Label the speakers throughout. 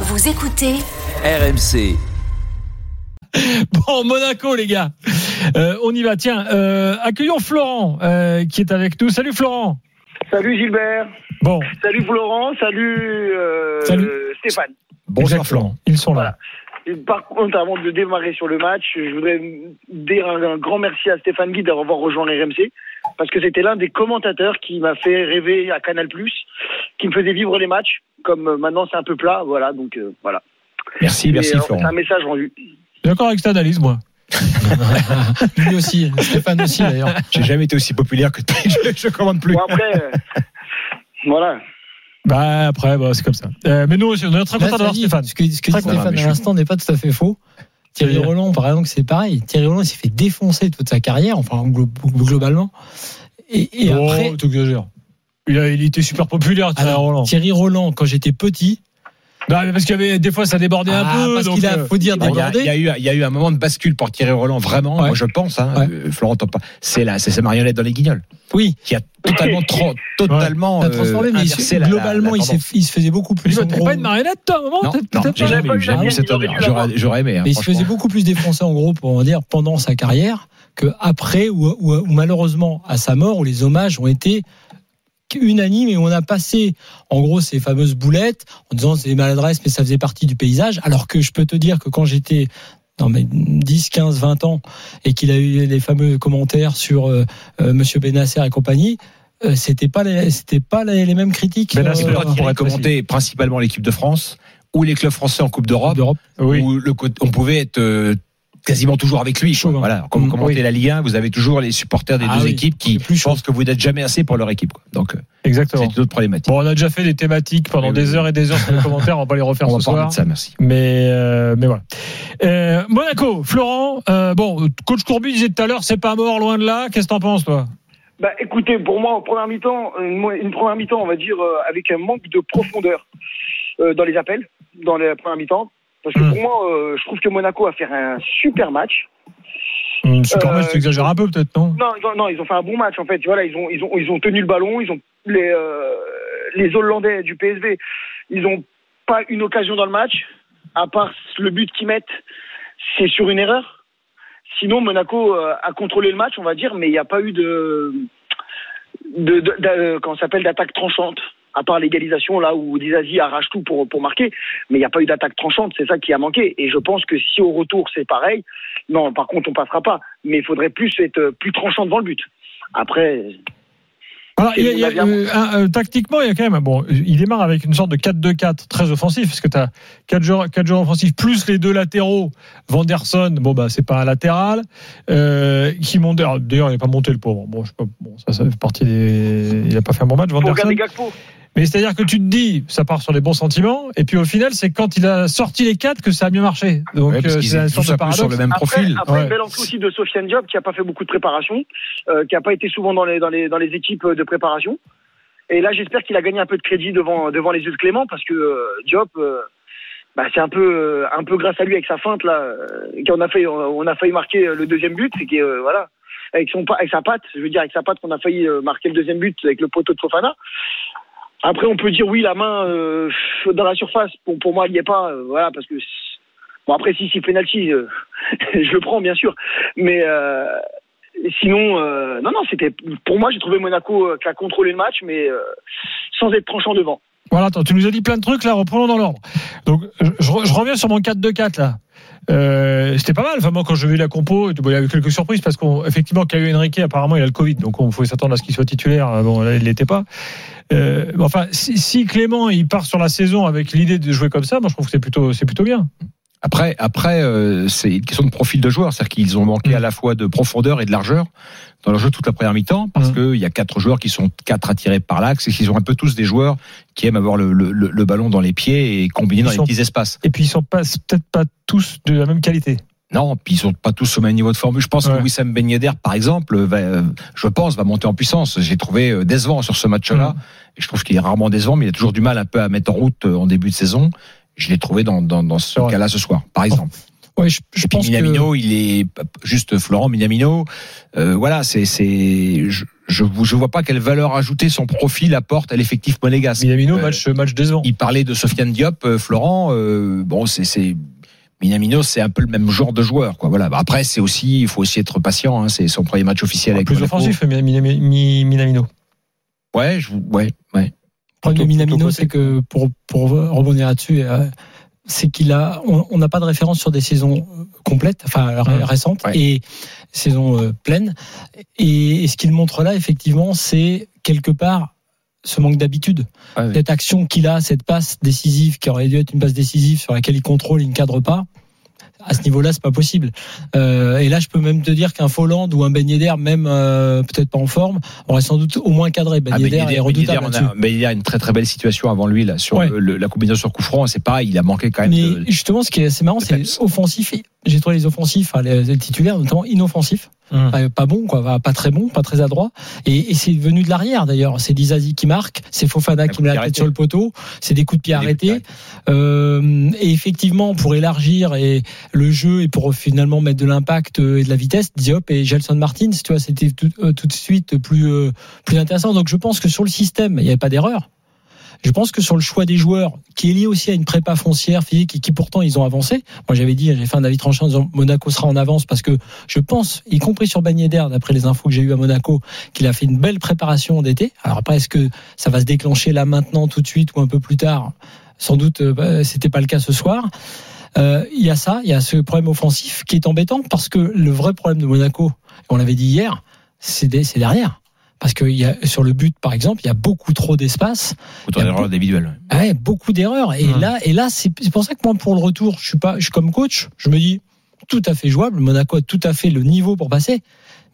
Speaker 1: Vous écoutez
Speaker 2: RMC.
Speaker 3: Bon, Monaco, les gars. Euh, on y va. Tiens, euh, accueillons Florent euh, qui est avec nous. Salut Florent.
Speaker 4: Salut Gilbert,
Speaker 3: Bon,
Speaker 4: salut Florent, salut, euh,
Speaker 3: Salut.
Speaker 4: Stéphane.
Speaker 3: bonjour Florent. Ils sont là.
Speaker 4: Et Par contre, avant de démarrer sur le match, je voudrais dire un, un grand merci à Stéphane Guy d'avoir rejoint RMC, parce que c'était l'un des commentateurs qui m'a fait rêver à Canal+, qui me faisait vivre les matchs, comme euh, maintenant c'est un peu plat, voilà, donc euh, voilà.
Speaker 5: Merci, merci
Speaker 4: Mais, euh, C'est
Speaker 5: Florent.
Speaker 4: un message rendu.
Speaker 3: Je suis D'accord avec cette analyse, moi.
Speaker 6: Lui aussi, Stéphane aussi d'ailleurs.
Speaker 5: J'ai jamais été aussi populaire que je, je commande plus.
Speaker 4: Bon après, euh, voilà.
Speaker 3: Bah après, bah, c'est comme ça. Euh, mais nous aussi, on est très
Speaker 6: Là,
Speaker 3: contents
Speaker 6: ça
Speaker 3: d'avoir
Speaker 6: dit,
Speaker 3: Stéphane.
Speaker 6: Ce que, ce que
Speaker 3: Très
Speaker 6: dit
Speaker 3: content.
Speaker 5: Non,
Speaker 6: Stéphane
Speaker 5: mais
Speaker 6: à
Speaker 5: je-
Speaker 6: l'instant n'est pas tout à fait faux. Thierry
Speaker 3: C'est-à-dire
Speaker 6: Roland, par exemple, c'est pareil. Thierry Roland, il s'est fait défoncer toute sa carrière, enfin glo- globalement. Et, et
Speaker 3: Oh,
Speaker 6: après,
Speaker 3: t'exagères. il, a- il était super populaire, Thierry
Speaker 6: alors,
Speaker 3: Roland.
Speaker 6: Thierry Roland, quand j'étais petit,
Speaker 3: Non, mais parce qu'il y avait des fois, ça débordait un
Speaker 6: ah,
Speaker 3: peu.
Speaker 6: parce
Speaker 3: donc,
Speaker 6: qu'il a,
Speaker 3: euh,
Speaker 6: faut dire,
Speaker 5: Il y, a, il y
Speaker 6: débordé.
Speaker 5: a eu, il y a eu un moment de bascule pour Thierry Roland, vraiment,
Speaker 6: Ouais.
Speaker 5: moi je pense. Hein,
Speaker 6: Ouais.
Speaker 5: euh, Florent Topin. c'est la, c'est sa marionnette dans les guignols
Speaker 6: Oui,
Speaker 5: qui a totalement, trop, totalement
Speaker 6: il a
Speaker 5: euh,
Speaker 6: transformé, mais il se-
Speaker 5: inversé la- la-
Speaker 6: globalement,
Speaker 5: la
Speaker 6: il, s'est-
Speaker 5: tendance.
Speaker 6: il se faisait beaucoup plus.
Speaker 3: mais
Speaker 6: en
Speaker 3: T'avais
Speaker 6: gros-
Speaker 3: pas une marionnette, toi, à un moment
Speaker 5: Non,
Speaker 3: Peut-être-
Speaker 5: non,
Speaker 3: peut-être
Speaker 5: j'ai
Speaker 3: pas.
Speaker 5: jamais eu, j'ai
Speaker 6: Ah
Speaker 5: jamais eu cette
Speaker 4: Il aurait
Speaker 5: honneur.
Speaker 4: dû l'avoir.
Speaker 5: J'aurais- J'aurais aimé. hein,
Speaker 6: Mais il se faisait
Speaker 5: franchement.
Speaker 6: beaucoup plus défoncer en gros pour dire pendant sa carrière que après ou, ou- ou malheureusement à sa mort où les hommages ont été unanimes et où on a passé en gros ces fameuses boulettes en disant c'est des maladresses mais ça faisait partie du paysage alors que je peux te dire que quand j'étais dans mes 10, 15, 20 ans et qu'il a eu les fameux commentaires sur euh, euh, Monsieur Benasser et compagnie euh, c'était pas les, c'était pas les, les mêmes critiques
Speaker 3: Benasser,
Speaker 5: C'est
Speaker 3: Euh,
Speaker 5: pas
Speaker 3: pour
Speaker 5: Thierry
Speaker 3: être
Speaker 5: commentait principalement l'équipe de France ou les clubs français en Coupe d'Europe.
Speaker 6: d'Europe.
Speaker 3: Oui.
Speaker 5: où le côté- on pouvait être euh, quasiment toujours avec lui. quoi.
Speaker 6: Chauvin.
Speaker 5: Voilà, comme vous
Speaker 6: Mm,
Speaker 5: commentez
Speaker 6: oui.
Speaker 5: la Ligue 1, vous avez toujours les supporters des
Speaker 6: Ah
Speaker 5: deux
Speaker 6: oui,
Speaker 5: équipes qui
Speaker 6: le plus chaud.
Speaker 5: pensent que vous n'êtes jamais assez pour leur équipe. quoi. Donc euh, c'est
Speaker 3: Exactement.
Speaker 5: une autre problématique.
Speaker 3: Bon, on a déjà fait des thématiques pendant
Speaker 5: Oui,
Speaker 3: des
Speaker 5: oui.
Speaker 3: heures et des heures sur les commentaires. On va pas les refaire
Speaker 5: on
Speaker 3: ce
Speaker 5: va parler
Speaker 3: soir.
Speaker 5: de ça, merci.
Speaker 3: Mais, euh, mais voilà. Euh, Monaco, Florent, euh, bon, coach Courby disait tout à l'heure, c'est pas mort, loin de là. Qu'est-ce que t'en penses, toi
Speaker 4: Bah, écoutez, pour moi, en première mi-temps, une, mo- une première mi-temps, on va dire, euh, avec un manque de profondeur euh, dans les appels, dans la première mi-temps. Parce que
Speaker 3: Mm.
Speaker 4: pour moi, euh, je trouve que Monaco a fait un super match.
Speaker 3: Super
Speaker 4: Euh,
Speaker 3: match, Hmm, tu exagères un peu, peut-être, non
Speaker 4: Non, ils ont- non, ils ont fait un bon match en fait. Voilà, ils ont, ils ont, ils ont tenu le ballon. Ils ont les, euh, les Hollandais du PSV, ils ont pas une occasion dans le match, à part le but qu'ils mettent, c'est sur une erreur. Sinon, Monaco euh, a contrôlé le match, on va dire, mais il n'y a pas eu de, de, de- d'a- euh, comment ça s'appelle, d'attaque tranchante. À part l'égalisation là où Dizazi arrache tout pour pour marquer, mais il n'y a pas eu d'attaque tranchante, c'est ça qui a manqué. Et je pense que si au retour c'est pareil, non, par contre on passera pas mais il faudrait plus être euh, plus tranchant devant le but. Après,
Speaker 3: Alors, il y a-
Speaker 4: Et
Speaker 3: il y a,
Speaker 4: Monavian.
Speaker 3: euh, un- euh, tactiquement, il y a quand même. Bon, il démarre avec une sorte de 4-2-4 très offensif, parce que tu as 4 joueurs, quatre joueurs offensifs, plus les deux latéraux. Vanderson, bon, bah, c'est pas un latéral. Euh, qui monte. alors, D'ailleurs, il n'est pas monté le pauvre. Bon, je sais pas, bon, ça, ça fait partie des. Il n'a pas fait un bon match,
Speaker 4: pour
Speaker 3: Vanderson.
Speaker 4: garder Gakpo,
Speaker 3: Mais c'est-à-dire que tu te dis, ça part sur les bons sentiments, et puis au final, c'est quand il a sorti les 4 que ça a mieux marché. Donc,
Speaker 5: Ouais, parce
Speaker 3: euh,
Speaker 5: qu'ils
Speaker 3: c'est un
Speaker 5: étaient
Speaker 3: sorte
Speaker 5: tous
Speaker 3: de
Speaker 5: un peu
Speaker 3: paradoxe.
Speaker 5: sur le même
Speaker 4: après,
Speaker 5: profil.
Speaker 4: après
Speaker 3: ouais.
Speaker 4: une belle entrée aussi de Sofiane Diop qui a pas fait beaucoup de préparation, euh, qui a pas été souvent dans les, dans les, dans les équipes de préparation. Et là, j'espère qu'il a gagné un peu de crédit devant, devant les yeux de Clément parce que euh, Diop, euh, bah, c'est un peu, euh, un peu grâce à lui avec sa feinte là, euh, qu'on a failli, on a failli marquer euh, le deuxième but, c'est que euh, voilà. Avec, son, pa- avec sa patte, je veux dire avec sa patte qu'on a failli euh, marquer le deuxième but avec le poteau de Fofana. Après, on peut dire oui, la main euh, dans la surface. Pour, pour moi, il n'y est pas. euh, voilà, parce que c'est- bon après, si c'est penalty, euh, je le prends bien sûr. Mais euh, sinon, euh, non, non, c'était pour moi, j'ai trouvé Monaco euh, qui a contrôlé le match, mais euh, sans être tranchant devant.
Speaker 3: Voilà, attends, tu nous as dit plein de trucs là, reprenons dans l'ordre. Donc, je, je re- je reviens sur mon 4-2-4 là. Euh, c'était pas mal, enfin, moi quand j'ai vu la compo, bon, il y avait quelques surprises parce qu'effectivement, Caio Henrique, apparemment, il a le Covid, donc on pouvait s'attendre à ce qu'il soit titulaire. Euh, Bon, là, il l'était pas. Euh, mais enfin, si, si Clément il part sur la saison avec l'idée de jouer comme ça, moi je trouve que c'est plutôt, c'est plutôt bien.
Speaker 5: Après, après euh, c'est une question de profil de joueur. C'est-à-dire qu'ils ont manqué
Speaker 3: Mm.
Speaker 5: à la fois de profondeur et de largeur dans leur jeu toute la première mi-temps parce
Speaker 3: Mm.
Speaker 5: que qu'il y a quatre joueurs qui sont quatre attirés par l'axe et qu'ils ont un peu tous des joueurs qui aiment avoir le, le- le- le ballon dans les pieds et combiner dans
Speaker 3: sont-
Speaker 5: les petits espaces.
Speaker 3: Et puis ils sont pas, c'est peut-être pas tous de la même qualité.
Speaker 5: Non, puis ils sont pas tous au même niveau de forme. Je pense
Speaker 3: Ouais.
Speaker 5: que Wissam Ben Yedder, par exemple, va, euh, je pense, va monter en puissance. J'ai trouvé euh, décevant sur ce match-là.
Speaker 6: Mm.
Speaker 5: Et je trouve qu'il est rarement décevant, mais il a toujours du mal un peu à mettre en route euh, en début de saison. Je l'ai trouvé dans, dans, dans ce
Speaker 3: Ouais.
Speaker 5: cas-là ce soir, par exemple.
Speaker 6: Ouais, je, je
Speaker 5: Et puis
Speaker 6: pense que
Speaker 5: Minamino, il est juste Florent Minamino. Euh, voilà, c'est c'est je, je ne vois pas quelle valeur ajoutée son profil apporte à l'effectif monégasque.
Speaker 3: Minamino,
Speaker 5: Euh,
Speaker 3: match, match décevant.
Speaker 5: Il parlait de Sofiane Diop, euh, Florent. euh, bon, c'est- c'est Minamino, c'est un peu le même genre de joueur, quoi. Voilà. Bah, Après, c'est aussi, il faut aussi être patient. hein, c'est son premier match officiel avec
Speaker 3: Plus
Speaker 5: Monaco.
Speaker 3: offensif, Mina- Mina- Minamino.
Speaker 5: Ouais, je, vous- ouais, ouais.
Speaker 6: Le problème de
Speaker 3: Plutôt- plutôt
Speaker 6: Minamino,
Speaker 3: côté.
Speaker 6: c'est que pour, pour rebondir là-dessus, euh, c'est qu'il a, on on n'a pas de référence sur des saisons euh, complètes, enfin ré-
Speaker 3: Ouais.
Speaker 6: récentes
Speaker 5: Mmh. Ouais.
Speaker 6: et saisons euh, pleines. Et, et ce qu'il montre là, effectivement, c'est quelque part ce manque d'habitude,
Speaker 5: Ah oui.
Speaker 6: cette action qu'il a, cette passe décisive qui aurait dû être une passe décisive sur laquelle il contrôle, il ne cadre pas. À ce niveau-là, c'est pas possible. Euh, et là, je peux même te dire qu'un Folland ou un Ben Yedder, même euh, peut-être pas en forme, aurait sans doute au moins cadré. Ben
Speaker 5: Ah,
Speaker 6: Yedder
Speaker 5: Ben Yedder,
Speaker 6: est
Speaker 5: Ben Yedder,
Speaker 6: redoutable
Speaker 5: on a-
Speaker 6: là-dessus.
Speaker 5: Ben Yedder a une très très belle situation avant lui là sur
Speaker 6: Ouais.
Speaker 5: le- le- la combinaison sur coup franc. C'est pareil, il a manqué quand même.
Speaker 6: Mais
Speaker 5: de-
Speaker 6: justement, ce qui est assez marrant, c'est
Speaker 5: peps.
Speaker 6: offensif. J'ai trouvé les offensifs, enfin, les, les titulaires, notamment inoffensifs.
Speaker 3: Hum.
Speaker 6: Enfin, Pas bon, quoi. Enfin, Pas très bon, pas très adroit. Et, et c'est venu de l'arrière, d'ailleurs. C'est Dizazi qui marque, c'est Fofana qui
Speaker 5: coup
Speaker 6: met
Speaker 5: de
Speaker 6: la
Speaker 5: pied
Speaker 6: tête sur le poteau, c'est des coups de pied
Speaker 5: des coups de pied
Speaker 6: arrêtés. Euh, et effectivement, pour élargir et le jeu et pour finalement mettre de l'impact euh, et de la vitesse, Diop et Gelson Martins, tu vois, c'était tout, euh, tout de suite plus, euh, plus intéressant. Donc je pense que sur le système, il n'y avait pas d'erreur. Je pense que sur le choix des joueurs, qui est lié aussi à une prépa foncière physique et qui pourtant ils ont avancé. Moi j'avais dit, j'ai fait un avis tranchant en disant Monaco sera en avance parce que je pense, y compris sur Bagné d'air, d'après les infos que j'ai eues à Monaco, qu'il a fait une belle préparation d'été. Alors après, est-ce que ça va se déclencher là maintenant tout de suite ou un peu plus tard Sans doute, euh, bah, c'était pas le cas ce soir. Euh, Il y a ça, il y a ce problème offensif qui est embêtant parce que le vrai problème de Monaco, et on l'avait dit hier, c'est des- c'est derrière. Parce que il y a, sur le but, par exemple, il y a beaucoup trop d'espace.
Speaker 5: Autant d'erreurs individuelles.
Speaker 6: Ah Ouais, beaucoup d'erreurs. Et
Speaker 3: Ouais.
Speaker 6: là, et là, c'est c'est pour ça que moi, pour le retour, je suis pas, je suis comme coach, je me dis tout à fait jouable. Monaco a tout à fait le niveau pour passer,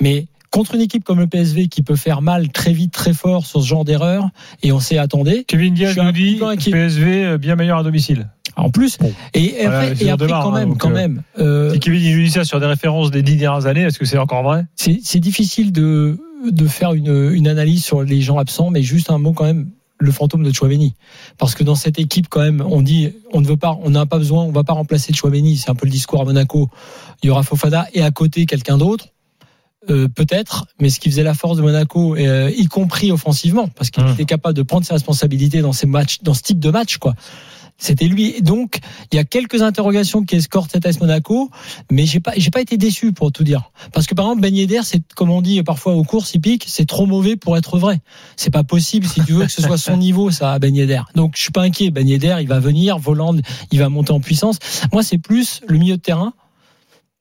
Speaker 6: mais contre une équipe comme le PSV qui peut faire mal très vite, très fort sur ce genre d'erreur, et on s'est attendé.
Speaker 3: Kevin
Speaker 6: Je
Speaker 3: Diaz
Speaker 6: suis un
Speaker 3: nous
Speaker 6: petit
Speaker 3: dit
Speaker 6: peu inquiet.
Speaker 3: PSV euh, bien meilleur à domicile.
Speaker 6: En plus,
Speaker 3: Bon.
Speaker 6: et, et
Speaker 3: Voilà,
Speaker 6: après,
Speaker 3: c'est
Speaker 6: et
Speaker 3: sur
Speaker 6: après
Speaker 3: Demar,
Speaker 6: quand
Speaker 3: hein,
Speaker 6: même,
Speaker 3: donc,
Speaker 6: quand
Speaker 3: euh,
Speaker 6: même, euh,
Speaker 3: Si Kevin il dit ça sur des références des dix dernières années, est-ce que c'est encore vrai
Speaker 6: c'est c'est difficile de de faire une, une analyse sur les gens absents, mais juste un mot quand même. Le fantôme de Chouameni, parce que dans cette équipe quand même, on dit on ne veut pas, on n'a pas besoin, on va pas remplacer Chouameni. C'est un peu le discours à Monaco. il y aura Fofana et à côté quelqu'un d'autre. euh, peut-être, mais ce qui faisait la force de Monaco, euh, y compris offensivement, parce qu'il
Speaker 3: Mmh.
Speaker 6: était capable de prendre ses responsabilités dans ces matchs, dans ce type de match, quoi. C'était lui. Et Donc, il y a quelques interrogations qui escortent cet AS Monaco, mais j'ai pas, j'ai pas été déçu pour tout dire. Parce que par exemple, Ben Yedder, c'est comme on dit parfois aux courses, il pique, c'est trop mauvais pour être vrai. C'est pas possible si tu veux que ce soit son niveau, ça, à Ben Yedder. Donc, je suis pas inquiet. Ben Yedder, il va venir, Voland, il va monter en puissance. Moi, c'est plus le milieu de terrain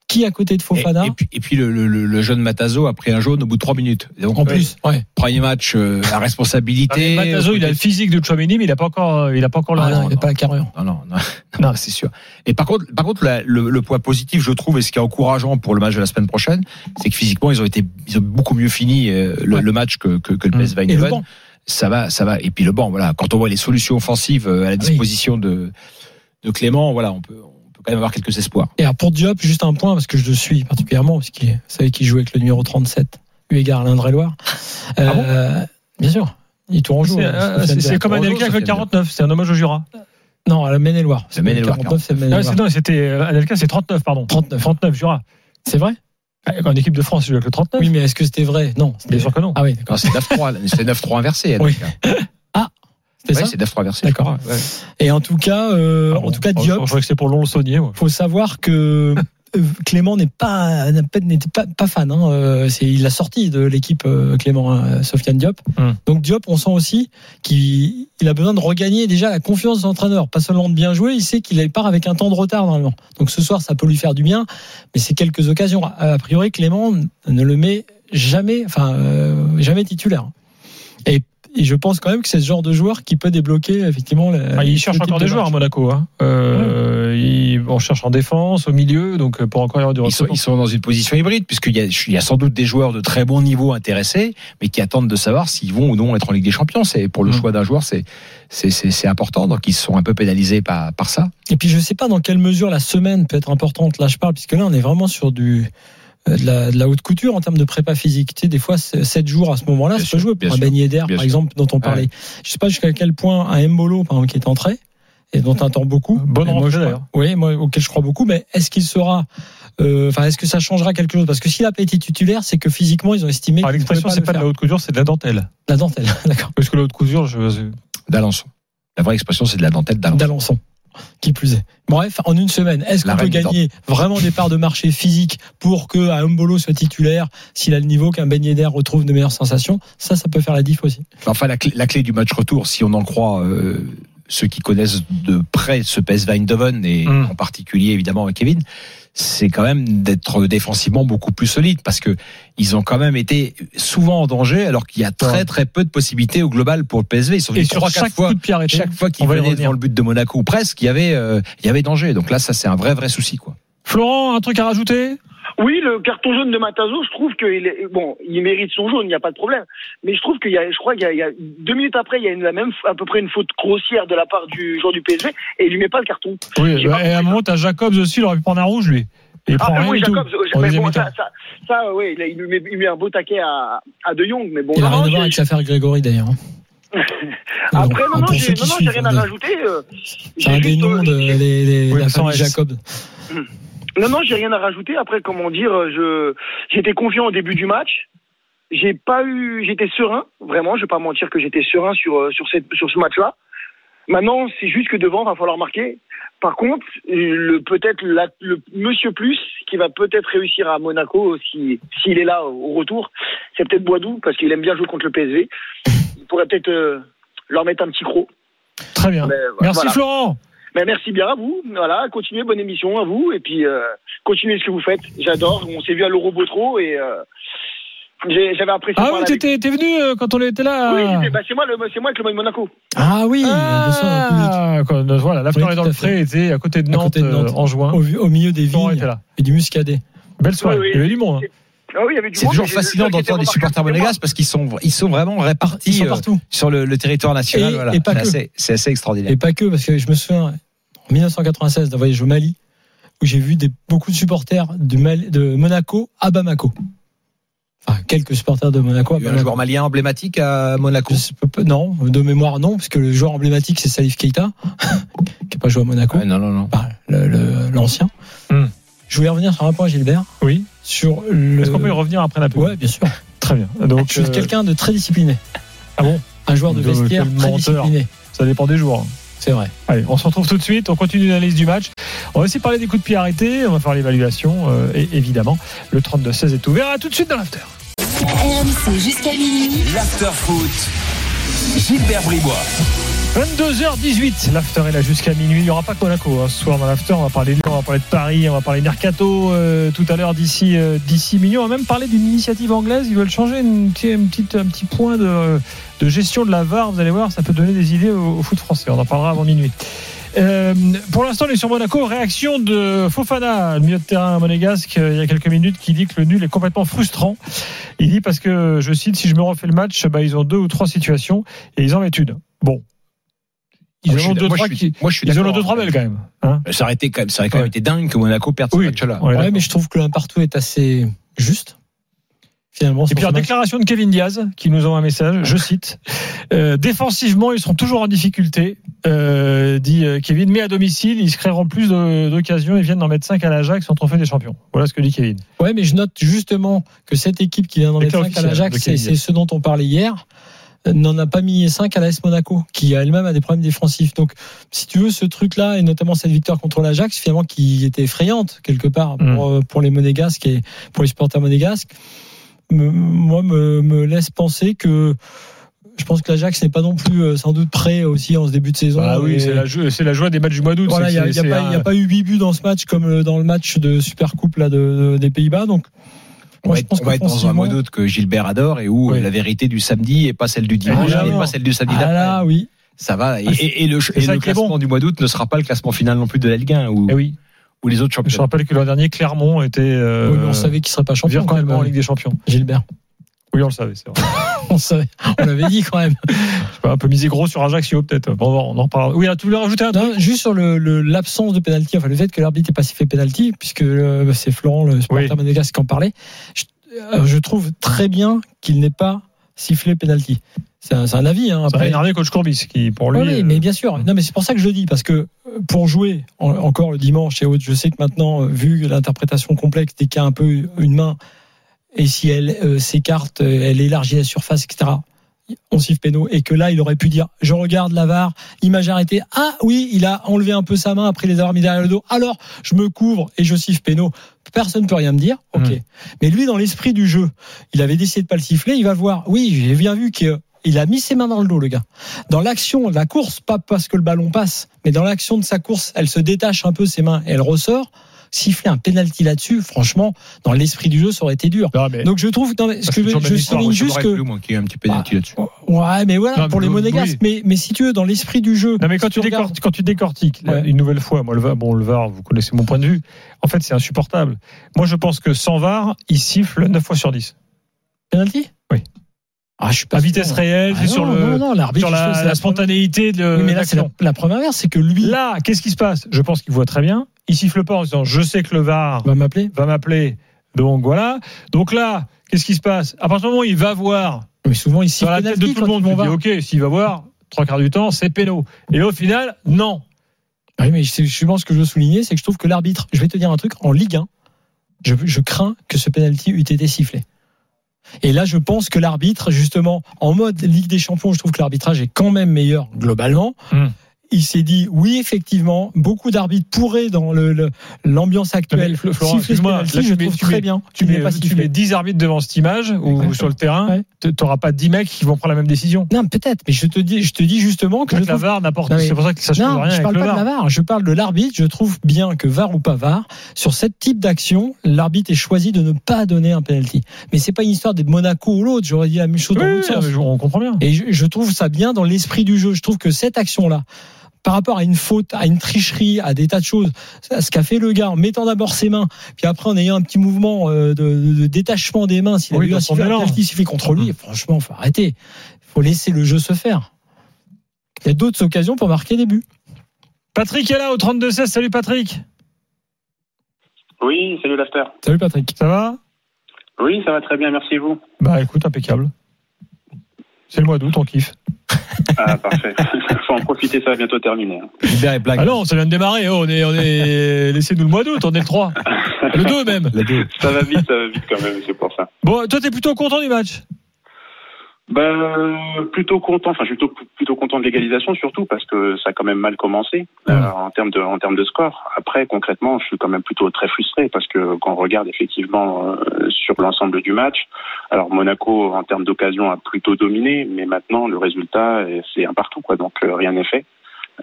Speaker 6: qui à côté de
Speaker 5: Et,
Speaker 6: Fofana.
Speaker 5: et puis, et puis le, le- le- le jeune Matazo a pris un jaune au bout de 3 minutes. Et donc, euh,
Speaker 6: En plus, Ah, ouais.
Speaker 5: premier match, euh, la responsabilité.
Speaker 3: Matazo, Bah, il a le physique de Chouameni, mais il n'a pas encore, il a pas encore le
Speaker 6: euh, Ah
Speaker 3: reste.
Speaker 6: non, il n'y a pas la carrure.
Speaker 5: Non, non, non, non, c'est sûr. Et par contre, par contre, la- le, le point positif, je trouve, et ce qui est encourageant pour le match de la semaine prochaine, c'est que physiquement, ils ont été, ils ont beaucoup mieux fini euh, le,
Speaker 6: Ouais. Mmh.
Speaker 5: le match que, que, que le
Speaker 3: Mm.
Speaker 5: PSV
Speaker 6: Et le
Speaker 5: Eindhoven.
Speaker 6: banc.
Speaker 5: Ça va, ça va. Et puis le banc, voilà. Quand on voit les solutions offensives euh, à la
Speaker 6: Ah oui.
Speaker 5: disposition de, de Clément, voilà, on peut, on peut quand même avoir quelques espoirs.
Speaker 6: Et alors pour Diop, juste un point, parce que je le suis particulièrement, parce qu'il vous savez qu'il joue avec le numéro 37, eu égard à l'Indre-et-Loire. Euh, bien sûr, il tourne en joue.
Speaker 3: Ah C'est,
Speaker 6: hein,
Speaker 3: euh,
Speaker 6: Sofiane
Speaker 3: C'est
Speaker 6: Diop.
Speaker 3: c'est comme
Speaker 5: Bonjour,
Speaker 3: Anelka avec le
Speaker 5: Sofiane Diop.
Speaker 3: 49, c'est un hommage au Jura.
Speaker 6: Non, à la Maine-et-Loire.
Speaker 5: Le Maine-et-Loire,
Speaker 6: 49, c'est le
Speaker 3: Ah,
Speaker 6: Maine-et-Loire.
Speaker 3: c'est- non, c'était euh, Anelka, c'est 39, pardon.
Speaker 6: 39.
Speaker 3: 39 Jura.
Speaker 6: C'est vrai
Speaker 3: Ah, En équipe de France, il joue avec le 39.
Speaker 6: Oui, mais est-ce que c'était vrai Non. c'était-
Speaker 3: Bien sûr que non.
Speaker 6: Ah oui, d'accord.
Speaker 5: Non, c'est 9-3, là. c'est 9-3 inversé.
Speaker 6: Oui.
Speaker 5: donc, hein.
Speaker 6: C'était
Speaker 5: Ouais,
Speaker 6: ça
Speaker 5: c'est 9-3 inversé.
Speaker 6: D'accord.
Speaker 5: je crois. Ouais.
Speaker 6: Et en tout cas, euh,
Speaker 3: Ah
Speaker 6: en
Speaker 3: bon,
Speaker 6: tout cas,
Speaker 3: je-
Speaker 6: Diop,
Speaker 3: Je crois que c'est pour long le saunier. moi.
Speaker 6: faut savoir que euh, Clément n'est pas n'a pas- n'était pas, pas fan. Hein. euh, c'est- il l'a sorti de l'équipe euh, Clément hein, Sofiane Diop.
Speaker 3: Hum.
Speaker 6: Donc Diop, on sent aussi qu'il il a besoin de regagner déjà la confiance de l'entraîneur. Pas seulement de bien jouer, il sait qu'il part avec un temps de retard normalement. Donc ce soir, ça peut lui faire du bien, mais c'est quelques occasions. A a priori, Clément ne le met jamais, enfin euh, jamais titulaire. Et, et je pense quand même que c'est ce genre de joueur qui peut débloquer effectivement. la-
Speaker 3: Ah,
Speaker 6: le
Speaker 3: il cherche
Speaker 6: type
Speaker 3: encore
Speaker 6: Euh, de
Speaker 3: des joueurs à
Speaker 6: match.
Speaker 3: Monaco. Hein. Euh, il- on cherche en défense, au milieu, donc euh, pour encore y avoir du
Speaker 5: Ils sont,
Speaker 3: recrutement.
Speaker 5: ils sont dans une position hybride, puisqu'il y, a- il y a sans doute des joueurs de très bon niveau intéressés, mais qui attendent de savoir s'ils vont ou non être en Ligue des Champions. C'est Pour le
Speaker 3: Mm.
Speaker 5: choix d'un joueur, c'est- c'est c'est- c'est important. Donc, ils sont un peu pénalisés par, par ça.
Speaker 6: Et puis je sais pas dans quelle mesure la semaine peut être importante. Là, je parle puisque là, on est vraiment sur du euh, de la, de la haute couture en termes de prépa physique. Tu sais, des fois, 7 jours à ce moment-là,
Speaker 5: Bien
Speaker 6: ça
Speaker 5: sûr,
Speaker 6: peut jouer
Speaker 5: bien
Speaker 6: pour un
Speaker 5: sûr,
Speaker 6: beignet d'air,
Speaker 5: bien
Speaker 6: par
Speaker 5: sûr.
Speaker 6: exemple, dont on parlait. Je sais pas jusqu'à quel point un Mbolo, par exemple, qui est entré, et dont on attend beaucoup.
Speaker 3: Bonne
Speaker 6: Et moi,
Speaker 3: rentrée,
Speaker 6: je crois-
Speaker 3: d'ailleurs.
Speaker 6: Oui, moi, auquel je crois beaucoup. Mais est-ce qu'il sera, euh, enfin, est-ce que ça changera quelque chose Parce que s'il a pas été titulaire, c'est que physiquement, ils ont estimé.
Speaker 3: Ah,
Speaker 6: qu'ils
Speaker 3: L'expression,
Speaker 6: pouvaient
Speaker 3: c'est pas
Speaker 6: le
Speaker 3: de la
Speaker 6: faire.
Speaker 3: haute couture, c'est de la dentelle.
Speaker 6: la dentelle, d'accord,
Speaker 3: Parce que la haute couture, je. euh,
Speaker 5: d'Alençon. La vraie expression, c'est de la dentelle
Speaker 4: Ah
Speaker 5: d'Alençon.
Speaker 6: d'Alençon. Qui plus est. Bref, en une semaine, est-ce
Speaker 5: La
Speaker 6: qu'on peut
Speaker 5: reine des
Speaker 6: gagner vraiment des parts de marché physique pour que un Mbolo soit titulaire, s'il a le niveau qu'un Ben Yedder retrouve de meilleures sensations Ça, ça peut faire la diff aussi.
Speaker 5: Enfin, la clé, la clé du match retour, si on en croit euh, ceux qui connaissent de près ce PSV Eindhoven et
Speaker 3: Mm.
Speaker 5: en particulier évidemment Kevin, c'est quand même d'être défensivement beaucoup plus solide parce que ils ont quand même été souvent en danger alors qu'il y a très
Speaker 3: Ouais.
Speaker 5: très peu de possibilités au global pour le PSV. Ils sont
Speaker 3: Et
Speaker 5: venus
Speaker 3: sur
Speaker 5: trois quatre
Speaker 3: chaque
Speaker 5: fois.
Speaker 3: coup de pied arrêté,
Speaker 5: Chaque fois
Speaker 3: on
Speaker 5: qu'ils
Speaker 3: va y
Speaker 5: venaient
Speaker 3: revenir.
Speaker 5: devant le but de Monaco ou presque, il y avait euh, il y avait danger. Donc là, ça c'est un vrai vrai souci quoi.
Speaker 3: Florent, un truc à rajouter
Speaker 4: Oui, le carton jaune de Matazo, je trouve qu'il est bon, il mérite son jaune, il n'y a pas de problème. Mais je trouve qu'il y a, je crois qu'il y a, il y a- deux minutes après, il y a une, la même à peu près une faute grossière de la part du joueur du PSG et il lui met pas le carton.
Speaker 3: Oui,
Speaker 4: J'ai
Speaker 3: bah,
Speaker 4: pas
Speaker 3: et à un
Speaker 4: compris.
Speaker 3: moment, t'as Jacobs aussi, il aurait pu prendre un rouge, lui. Et il
Speaker 6: Ah,
Speaker 3: prend rien
Speaker 4: oui,
Speaker 3: du tout.
Speaker 4: Jacobs,
Speaker 3: en
Speaker 4: Ah, mais
Speaker 3: deuxième
Speaker 4: bon, ça,
Speaker 3: mi-temps.
Speaker 4: ça, ça, ouais, il, a- il lui met, il met un beau taquet à, à De Jong, mais bon.
Speaker 6: Il n'a
Speaker 4: non,
Speaker 6: rien à
Speaker 4: non,
Speaker 6: voir
Speaker 4: j'ai-
Speaker 6: avec l'affaire Grégory d'ailleurs.
Speaker 4: Après,
Speaker 6: Donc,
Speaker 4: non, non,
Speaker 6: pour
Speaker 4: j'ai
Speaker 6: ceux qui
Speaker 4: non, non, j'ai
Speaker 6: suivent,
Speaker 4: rien à
Speaker 6: on est-
Speaker 4: rajouter. euh,
Speaker 6: C'est un
Speaker 4: j'ai
Speaker 6: des
Speaker 4: juste,
Speaker 6: noms
Speaker 4: euh,
Speaker 6: de les, les,
Speaker 3: Oui,
Speaker 6: la
Speaker 3: mais sans
Speaker 6: famille
Speaker 3: S.
Speaker 6: Jacob.
Speaker 4: Non, non, j'ai rien à rajouter. Après, comment dire, euh, je j'étais confiant au début du match. J'ai pas eu, j'étais serein, vraiment. Je vais pas mentir que j'étais serein sur euh, sur cette sur ce match-là. Maintenant, c'est juste que devant, va falloir marquer. Par contre, euh, le peut-être la- le Monsieur Plus qui va peut-être réussir à Monaco si s'il est là au au retour, c'est peut-être Boidou parce qu'il aime bien jouer contre le PSV. Il pourrait peut-être euh, leur mettre un petit croc.
Speaker 3: Très bien.
Speaker 4: Mais,
Speaker 3: Merci
Speaker 4: voilà.
Speaker 3: Florent.
Speaker 4: Ben, merci bien à vous. Voilà, continuez, bonne émission à vous. Et puis, euh, continuez ce que vous faites. J'adore. On s'est vu à l'Eurobotro et euh, j'ai- j'avais apprécié.
Speaker 3: Ah
Speaker 4: voir
Speaker 3: oui,
Speaker 4: la victoire.
Speaker 3: t'étais t'es venu euh, quand on était là.
Speaker 4: Oui,
Speaker 3: euh.
Speaker 4: j'étais- ben, c'est moi, le- c'est moi avec le maillot de Monaco.
Speaker 6: Ah oui, bien sûr, un public.
Speaker 3: Ah, quand- euh, voilà, la fleur
Speaker 6: Oui,
Speaker 3: est dans
Speaker 6: tout
Speaker 3: le
Speaker 6: à fait.
Speaker 3: pré était à côté de
Speaker 6: À
Speaker 3: Nantes,
Speaker 6: côté de Nantes.
Speaker 3: euh, en juin.
Speaker 6: Au, au milieu des
Speaker 3: Florent
Speaker 6: vignes
Speaker 3: était là.
Speaker 6: et du muscadet.
Speaker 3: Belle soirée.
Speaker 4: Oui, oui.
Speaker 3: Il y avait du monde. hein.
Speaker 4: Ah oui, il y avait du
Speaker 5: C'est
Speaker 4: monde,
Speaker 5: toujours
Speaker 4: mais j'ai-
Speaker 5: fascinant
Speaker 4: le seul qui était
Speaker 5: d'entendre les supporters
Speaker 4: remarquable,
Speaker 5: monégasques parce qu'ils sont ils sont vraiment
Speaker 6: Ils
Speaker 5: répartis
Speaker 6: sont
Speaker 5: euh,
Speaker 6: partout.
Speaker 5: sur le, le territoire national.
Speaker 6: Et-
Speaker 5: voilà.
Speaker 6: et pas
Speaker 5: C'est
Speaker 6: que.
Speaker 5: assez- c'est assez extraordinaire.
Speaker 6: Et pas que, parce que je me souviens, en 1996, d'un voyage au Mali, où j'ai vu des, beaucoup de supporters de, Mal- de Monaco à Bamako. Enfin, quelques supporters de Monaco à
Speaker 3: Ah,
Speaker 5: Il y a eu un
Speaker 6: Bamako.
Speaker 5: joueur malien emblématique à Monaco.
Speaker 6: Je sais pas- non, de mémoire, non, parce que le joueur emblématique, c'est Salif Keita, qui n'a pas joué à Monaco.
Speaker 5: Ouais, non, non, non.
Speaker 6: Enfin, le- le- l'ancien.
Speaker 3: Hmm.
Speaker 6: Je voulais revenir sur un point, Gilbert.
Speaker 3: Oui.
Speaker 6: Sur le.
Speaker 3: Est-ce qu'on peut y revenir après la pub
Speaker 6: Ouais, bien sûr.
Speaker 3: Très bien. Donc,
Speaker 6: je suis
Speaker 3: euh,
Speaker 6: quelqu'un de très discipliné.
Speaker 3: Ah bon
Speaker 6: Un joueur de
Speaker 3: De-
Speaker 6: vestiaire
Speaker 3: quel
Speaker 6: très
Speaker 3: menteur.
Speaker 6: discipliné.
Speaker 3: ça dépend des jours.
Speaker 6: C'est vrai.
Speaker 3: Allez, on se retrouve tout de suite. On continue l'analyse du match. On va aussi parler des coups de pied arrêtés. On va faire l'évaluation. euh, et évidemment, le 32-16 est ouvert. À tout de suite dans l'after.
Speaker 1: RMC jusqu'à minuit.
Speaker 2: L'afterfoot. Gilbert Bribois.
Speaker 3: 22h18, l'after est là jusqu'à minuit. Il n'y aura pas que Monaco hein, ce soir dans l'after. On va parler de Lyon, on va parler de Paris, on va parler de Mercato euh, tout à l'heure d'ici euh, d'ici minuit. On va même parler d'une initiative anglaise. Ils veulent changer une, petit- une petite, un petit point de, de gestion de la VAR. Vous allez voir, ça peut donner des idées au, au foot français. On en parlera avant minuit. Euh, pour l'instant, les sur Monaco. Réaction de Fofana, le milieu de terrain monégasque, euh, il y a quelques minutes, qui dit que le nul est complètement frustrant. Il dit parce que, je cite, si je me refais le match, bah, ils ont deux ou trois situations et ils en mettent une. Bon. Ils
Speaker 5: Moi, je
Speaker 3: en ont
Speaker 5: suis-
Speaker 3: deux,
Speaker 5: moi, je
Speaker 3: trois
Speaker 5: suis-
Speaker 3: qui.
Speaker 5: Moi, je suis
Speaker 3: Ils en ont
Speaker 5: d'accord.
Speaker 3: deux, trois belles quand même. Hein
Speaker 5: Ça aurait été quand même, ça aurait quand même
Speaker 3: Ouais.
Speaker 5: été dingue que Monaco perde
Speaker 3: Oui.
Speaker 5: ce match-là.
Speaker 3: On est
Speaker 6: Ouais,
Speaker 3: d'accord.
Speaker 6: mais je trouve que l'un partout est assez juste. Finalement,
Speaker 3: Et
Speaker 6: sur
Speaker 3: puis la
Speaker 6: ce match.
Speaker 3: déclaration de Kevin Diaz qui nous envoie un message, je cite Euh, Défensivement, ils seront toujours en difficulté, euh, dit euh, Kevin, mais à domicile, ils se créeront plus de- d'occasions et viennent d'en mettre 5 à l'Ajax en trophée des champions. Voilà ce que dit Kevin.
Speaker 6: Ouais, mais je note justement que cette équipe qui vient d'en mettre
Speaker 3: Éclat
Speaker 6: 5 à
Speaker 3: officiel
Speaker 6: l'Ajax,
Speaker 3: de
Speaker 6: c'est
Speaker 3: Kevin.
Speaker 6: c'est ce dont on parlait hier, euh, n'en a pas mis 5 à l'AS Monaco, qui elle-même a des problèmes défensifs. Donc, si tu veux, ce truc-là, et notamment cette victoire contre l'Ajax, finalement, qui était effrayante, quelque part,
Speaker 3: Mm.
Speaker 6: pour, euh, pour les monégasques et pour les supporters monégasques, me- moi, me, me laisse penser que je pense que l'Ajax n'est pas non plus, euh, sans doute, prêt aussi en ce début de saison. Et-
Speaker 3: joie, Bah c'est la joie des matchs du mois d'août.
Speaker 6: voilà, il n'y a, il y a pas- il y a pas eu 8 buts dans ce match comme euh, dans le match de Super Coupe là, de, de- des Pays-Bas. Donc,
Speaker 5: On va
Speaker 6: moi, je
Speaker 5: être,
Speaker 6: pense
Speaker 5: on va être dans un
Speaker 6: qu'offensivement-
Speaker 5: mois d'août que Gilbert adore et où
Speaker 3: Oui.
Speaker 5: la vérité du samedi et pas celle du
Speaker 3: Ah,
Speaker 5: dimanche et
Speaker 3: évidemment.
Speaker 5: pas celle du samedi
Speaker 6: Ah
Speaker 5: d'après.
Speaker 6: là, oui.
Speaker 5: Ça va. Et,
Speaker 3: Ah,
Speaker 5: et- et le,
Speaker 3: c'est
Speaker 5: et
Speaker 3: ça
Speaker 5: le
Speaker 3: qui est
Speaker 5: classement
Speaker 3: bon.
Speaker 5: du mois d'août ne sera pas le classement final non plus de la Ligue 1 ou,
Speaker 3: Eh oui,
Speaker 5: ou les autres
Speaker 3: je
Speaker 5: championnats.
Speaker 3: rappelle que l'an dernier, Clermont était. euh,
Speaker 6: Oui, mais on savait qu'il serait pas champion
Speaker 3: vire
Speaker 6: quand
Speaker 3: quand
Speaker 6: même,
Speaker 3: même en
Speaker 6: hein,
Speaker 3: Ligue des Champions.
Speaker 6: Gilbert.
Speaker 3: Oui, on le savait, c'est vrai.
Speaker 6: On savait, on l'avait dit quand même.
Speaker 3: Je sais pas, un peu misé gros sur Ajaccio, peut-être. Bon, on en parlera. Oui, là, tu voulais rajouter un truc
Speaker 6: Non, juste sur le- le- l'absence de pénalty, enfin le fait que l'arbitre n'ait pas sifflé pénalty, puisque euh, c'est Florent, le supporter
Speaker 3: Oui.
Speaker 6: monégasque, qui en parlait. Je, euh, je trouve très bien qu'il n'ait pas siffler penalty. C'est un, c'est un avis. Hein,
Speaker 3: Ça va
Speaker 6: après.
Speaker 3: énerver coach Courbis qui pour lui.
Speaker 6: Oui, oui,
Speaker 3: euh,
Speaker 6: mais bien sûr. Non, mais c'est pour ça que je le dis parce que euh, pour jouer en- encore le dimanche et autres, je sais que maintenant, euh, vu l'interprétation complexe, dès qu'il y a un peu une main et si elle euh, s'écarte, euh, elle élargit la surface, etc. On siffle péno et que là, il aurait pu dire je regarde la VAR, image arrêtée. Ah oui, il a enlevé un peu sa main après les avoir mis derrière le dos. Alors, je me couvre et je siffle péno. Personne ne peut rien me dire. Ok.
Speaker 3: Mm.
Speaker 6: Mais lui, dans l'esprit du jeu, il avait décidé de pas le siffler. Il va voir. Oui, j'ai bien vu qu'il il a mis ses mains dans le dos, le gars. Dans l'action de la course, pas parce que le ballon passe, mais dans l'action de sa course, elle se détache un peu ses mains et elle ressort. Siffler un penalty là-dessus, franchement, dans l'esprit du jeu, ça aurait été dur.
Speaker 3: non, mais-
Speaker 6: Donc je trouve, non, mais ce
Speaker 3: C'est
Speaker 6: que je,
Speaker 3: toujours la
Speaker 6: je
Speaker 3: même histoire,
Speaker 6: souligne
Speaker 5: Moi, je
Speaker 6: juste
Speaker 5: suis d'accord avec
Speaker 6: que,
Speaker 5: Lou, moi, qui est un petit
Speaker 3: Bah,
Speaker 5: penalty là-dessus.
Speaker 6: ouais, mais voilà,
Speaker 3: Non, mais
Speaker 6: pour les
Speaker 3: oui.
Speaker 6: monégasques, mais, mais si tu veux, dans l'esprit du jeu.
Speaker 3: Non, mais quand tu,
Speaker 6: si regardes-
Speaker 3: décorti- quand tu décortiques, là,
Speaker 6: Ouais.
Speaker 3: une nouvelle fois, moi, le VAR, bon, le VAR, vous connaissez mon point de vue, en fait, c'est insupportable. Moi, je pense que sans VAR, il siffle 9 fois sur 10.
Speaker 6: penalty?
Speaker 3: Oui.
Speaker 6: Ah, je suis pas
Speaker 3: À
Speaker 6: sûr.
Speaker 3: vitesse réelle,
Speaker 6: Ah
Speaker 3: c'est
Speaker 6: non,
Speaker 3: sur,
Speaker 6: non,
Speaker 3: le,
Speaker 6: non, l'arbitre,
Speaker 3: sur
Speaker 6: je trouve,
Speaker 3: la,
Speaker 6: c'est
Speaker 3: la spontanéité de
Speaker 6: Oui, mais là, c'est la,
Speaker 3: l'action.
Speaker 6: la première verre, c'est que lui
Speaker 3: Là, qu'est-ce qui se passe Je pense qu'il voit très bien. Il siffle pas en se disant Je sais que le VAR
Speaker 6: va m'appeler.
Speaker 3: va m'appeler. Donc voilà. Donc là, qu'est-ce qui se passe À partir du moment où il va voir
Speaker 6: Mais souvent, il
Speaker 3: sur
Speaker 6: siffle
Speaker 3: la tête de
Speaker 6: penalty
Speaker 3: tout le
Speaker 6: quand
Speaker 3: monde,
Speaker 6: ils
Speaker 3: on
Speaker 6: vont
Speaker 3: dit
Speaker 6: voir.
Speaker 3: Ok, s'il va voir, trois quarts du temps, c'est péno. Et là, au final, non.
Speaker 6: Ah Oui, mais c'est justement ce que je veux souligner, c'est que je trouve que l'arbitre, je vais te dire un truc, en Ligue 1, je, je crains que ce penalty eût été sifflé. Et là, je pense que l'arbitre, justement, en mode Ligue des Champions, je trouve que l'arbitrage est quand même meilleur globalement.
Speaker 3: Hmm.
Speaker 6: Il s'est dit, oui, effectivement, beaucoup d'arbitres pourraient, dans le- le- l'ambiance actuelle,
Speaker 3: Flo- Ah, Florent,
Speaker 6: siffler ce
Speaker 3: excuse-moi,
Speaker 6: penalty,
Speaker 3: là, tu
Speaker 6: je
Speaker 3: mets-
Speaker 6: trouve
Speaker 3: tu
Speaker 6: très
Speaker 3: mets-
Speaker 6: bien.
Speaker 3: Tu
Speaker 6: qu'il n'ait
Speaker 3: mets,
Speaker 6: pas
Speaker 3: tu
Speaker 6: sifflé.
Speaker 3: mets 10 arbitres devant cette image ou
Speaker 6: Exactement.
Speaker 3: sur le terrain,
Speaker 6: Ouais.
Speaker 3: tu n'auras pas 10 mecs qui vont prendre la même décision.
Speaker 6: Non, peut-être, mais je te dis, je te dis justement que
Speaker 3: Que
Speaker 6: je
Speaker 3: la
Speaker 6: trouve
Speaker 3: VAR n'apporte.
Speaker 6: Non, mais-
Speaker 3: C'est pour ça que ça change
Speaker 6: Non,
Speaker 3: rien
Speaker 6: je
Speaker 3: avec
Speaker 6: parle
Speaker 3: le
Speaker 6: pas de la
Speaker 3: VAR.
Speaker 6: VAR, je parle de l'arbitre. Je trouve bien que VAR ou pas VAR, sur ce type d'action, l'arbitre est choisi de ne pas donner un penalty. Mais c'est pas une histoire d'être Monaco ou l'autre, j'aurais dit la même chose dans
Speaker 3: Oui, euh,
Speaker 6: l'autre sens.
Speaker 3: oui, on comprend bien.
Speaker 6: Et je, je trouve ça bien dans l'esprit du jeu. Je trouve que cette action-là, par rapport à une faute, à une tricherie, à des tas de choses, ce qu'a fait le gars en mettant d'abord ses mains, puis après en ayant un petit mouvement euh, de, de détachement des mains, s'il
Speaker 3: Oui,
Speaker 6: avait eu
Speaker 3: dans
Speaker 6: un
Speaker 3: son
Speaker 6: sifflet, un
Speaker 3: élan. Mmh.
Speaker 6: penalty sifflé contre lui, franchement, faut arrêter. faut laisser le jeu se faire. Il y a d'autres occasions pour marquer des buts.
Speaker 3: Patrick est là au 32-16. Salut Patrick.
Speaker 7: Oui, salut l'after.
Speaker 6: Salut Patrick.
Speaker 3: Ça va
Speaker 7: Oui, ça va très bien, merci et vous.
Speaker 3: Bah écoute, impeccable. C'est le mois d'août, on kiffe.
Speaker 7: Ah, parfait. Faut en profiter, ça va bientôt terminer. hein.
Speaker 5: Gilbert est blague.
Speaker 3: Ah non, ça vient de démarrer. oh, on est, on est... Laissez-nous le mois d'août, on est le 3. Le 2 même.
Speaker 5: Les deux.
Speaker 7: Ça va vite, ça va vite quand même, c'est pour ça.
Speaker 3: Bon, toi, t'es plutôt content du match
Speaker 7: Ben, euh, plutôt content, enfin, je suis plutôt, plutôt content de l'égalisation, surtout parce que ça a quand même mal commencé euh, en, termes de, en termes de score. Après, concrètement, je suis quand même plutôt très frustré parce que quand on regarde effectivement euh, sur l'ensemble du match, alors Monaco, en termes d'occasion, a plutôt dominé, mais maintenant, le résultat, euh, c'est un partout, quoi, donc euh, rien n'est fait.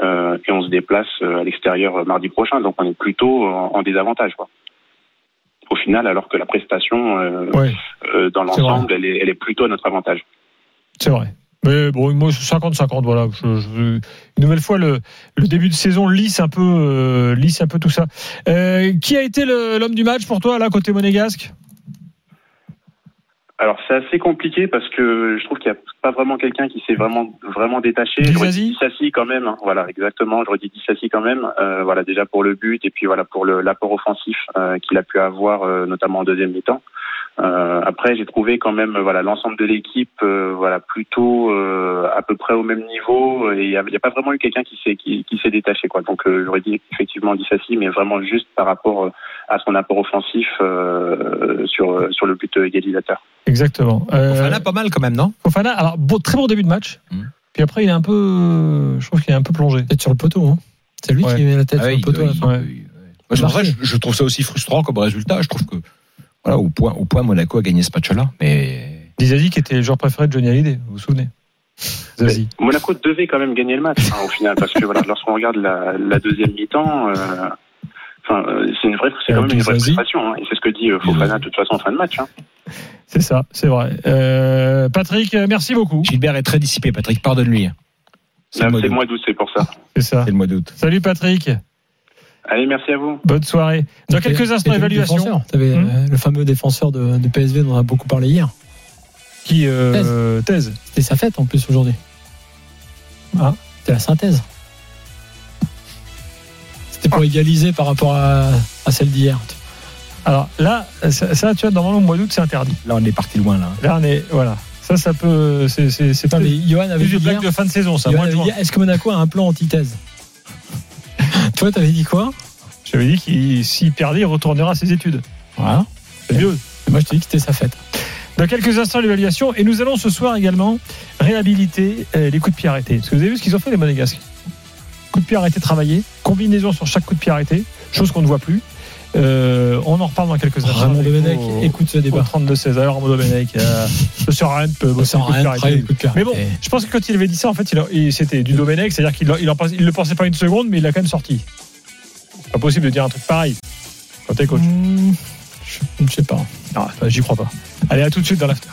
Speaker 7: Euh, et on se déplace euh, à l'extérieur euh, mardi prochain, donc on est plutôt en, en désavantage, quoi. Au final, alors que la prestation, euh,
Speaker 3: Ouais,
Speaker 7: euh, dans
Speaker 3: C'est vrai.
Speaker 7: l'ensemble, elle est, elle est plutôt à notre avantage.
Speaker 3: c'est vrai. Mais bon, moi, 50-50, voilà. Je- je- une nouvelle fois, le, le début de saison lisse un peu, euh, lisse un peu tout ça. Euh, qui a été le- l'homme du match pour toi, là, côté monégasque
Speaker 7: Alors c'est assez compliqué parce que je trouve qu'il n'y a pas vraiment quelqu'un qui s'est vraiment vraiment détaché.
Speaker 3: Disasi
Speaker 7: J'aurais dit Dissassi quand même, hein. voilà exactement. J'aurais dit Dissassi quand même, Euh, voilà déjà pour le but et puis voilà pour le- l'apport offensif euh, qu'il a pu avoir euh, notamment en deuxième mi-temps. Euh, après j'ai trouvé quand même euh, voilà l'ensemble de l'équipe euh, voilà plutôt euh, à peu près au même niveau et il n'y a, il y a pas vraiment eu quelqu'un qui s'est qui, qui s'est détaché quoi. Donc euh, j'aurais dit effectivement Dissassi mais vraiment juste par rapport euh, à son apport offensif euh, sur sur le but égalisateur.
Speaker 3: Exactement. Euh,
Speaker 5: Enfin, là, pas mal quand même, non
Speaker 3: Fofana, alors, bon, très bon début de match.
Speaker 5: Hum.
Speaker 3: Puis après, il est un peu. euh, Je trouve qu'il est un peu plongé.
Speaker 6: Peut-être sur le poteau. Hein. C'est lui
Speaker 3: Ouais.
Speaker 6: qui met la tête
Speaker 5: Ah
Speaker 6: sur
Speaker 5: oui,
Speaker 6: le poteau.
Speaker 5: oui,
Speaker 6: à la fin.
Speaker 5: oui, oui. Moi, c'est pour ça que je, je trouve ça aussi frustrant comme résultat. Je trouve que, voilà, au point, au point Monaco a gagné ce match-là. Mais
Speaker 3: Dizazi, qui était le joueur préféré de Johnny Hallyday, vous vous souvenez Zazie.
Speaker 7: Monaco devait quand même gagner le match hein, au final parce que voilà, lorsqu'on regarde la, la deuxième mi-temps, euh, enfin euh, c'est une vraie, c'est quand même une vraie
Speaker 3: Vas-y.
Speaker 7: frustration hein, et c'est ce que dit euh, Fofana de toute façon en fin de match. Hein.
Speaker 3: C'est ça, c'est vrai. Euh, Patrick, euh, merci beaucoup.
Speaker 5: Gilbert est très dissipé, Patrick. Pardonne-lui. C'est
Speaker 7: Là,
Speaker 5: le mois
Speaker 7: C'est
Speaker 5: d'août.
Speaker 7: moi d'où c'est pour ça.
Speaker 3: C'est ça.
Speaker 5: C'est le mois d'août.
Speaker 3: Salut Patrick,
Speaker 7: Allez, merci à vous.
Speaker 3: bonne soirée. Dans quelques
Speaker 6: T'avais-
Speaker 3: instants,
Speaker 6: t'avais le
Speaker 3: évaluation.
Speaker 6: défenseur. T'avais
Speaker 3: Hum.
Speaker 6: euh, le fameux défenseur de, de PSV dont on a beaucoup parlé hier.
Speaker 3: Qui euh, thèse
Speaker 6: C'était sa fête en plus aujourd'hui.
Speaker 3: Ah.
Speaker 6: C'était la synthèse. C'était
Speaker 8: Ah.
Speaker 6: pour égaliser par rapport à, à celle d'hier.
Speaker 3: Alors là, ça, ça, tu vois, normalement, au mois d'août, c'est interdit.
Speaker 5: Là, on est parti loin, là.
Speaker 3: Là, on est. Voilà.
Speaker 8: Ça, ça peut. C'est c'est- c'est
Speaker 3: Attends,
Speaker 8: plus,
Speaker 3: mais Johan avait
Speaker 8: plus
Speaker 3: dit
Speaker 8: une blague
Speaker 3: hier-
Speaker 8: de fin de saison, ça.
Speaker 3: Johan
Speaker 8: Moins de
Speaker 3: avait
Speaker 8: juin.
Speaker 3: dit, Est-ce que Monaco a un plan antithèse Toi, t'avais dit quoi
Speaker 8: J'avais dit qu'il s'il perdait, il retournera à ses études.
Speaker 3: Voilà.
Speaker 8: C'est mieux.
Speaker 3: Moi, je t'ai dit que c'était sa fête.
Speaker 8: Dans quelques instants, l'évaluation. Et nous allons ce soir également réhabiliter euh, les coups de pied arrêtés. Parce que vous avez vu ce qu'ils ont fait, les Monégasques. Coups de pied arrêtés travaillés, combinaison sur chaque coup de pied arrêté, chose qu'on ne voit plus. Euh, on en reparle dans quelques instants.
Speaker 3: Raymond Domenech,
Speaker 6: oh.
Speaker 8: Au-
Speaker 3: écoute ce
Speaker 8: au
Speaker 3: débat.
Speaker 8: 32-16. Alors, Raymond Domenech, euh, ça sert à rien de
Speaker 3: On
Speaker 8: bosser
Speaker 3: sert
Speaker 8: les
Speaker 3: à
Speaker 8: coups
Speaker 3: rien de travailler
Speaker 8: de pied arrêtés.
Speaker 3: les coups de cœur.
Speaker 8: Mais bon,
Speaker 3: Et-
Speaker 8: je pense que quand il avait dit ça, en fait, il, a- il- c'était du Domenech, c'est-à-dire qu'il en- il en pense- il le pensait pas une seconde, mais il l'a quand même sorti. C'est Pas possible de dire un truc pareil quand t'es coach.
Speaker 3: Hmm, je- je sais pas.
Speaker 8: Non, j'y crois pas. Allez, à tout de suite dans l'after.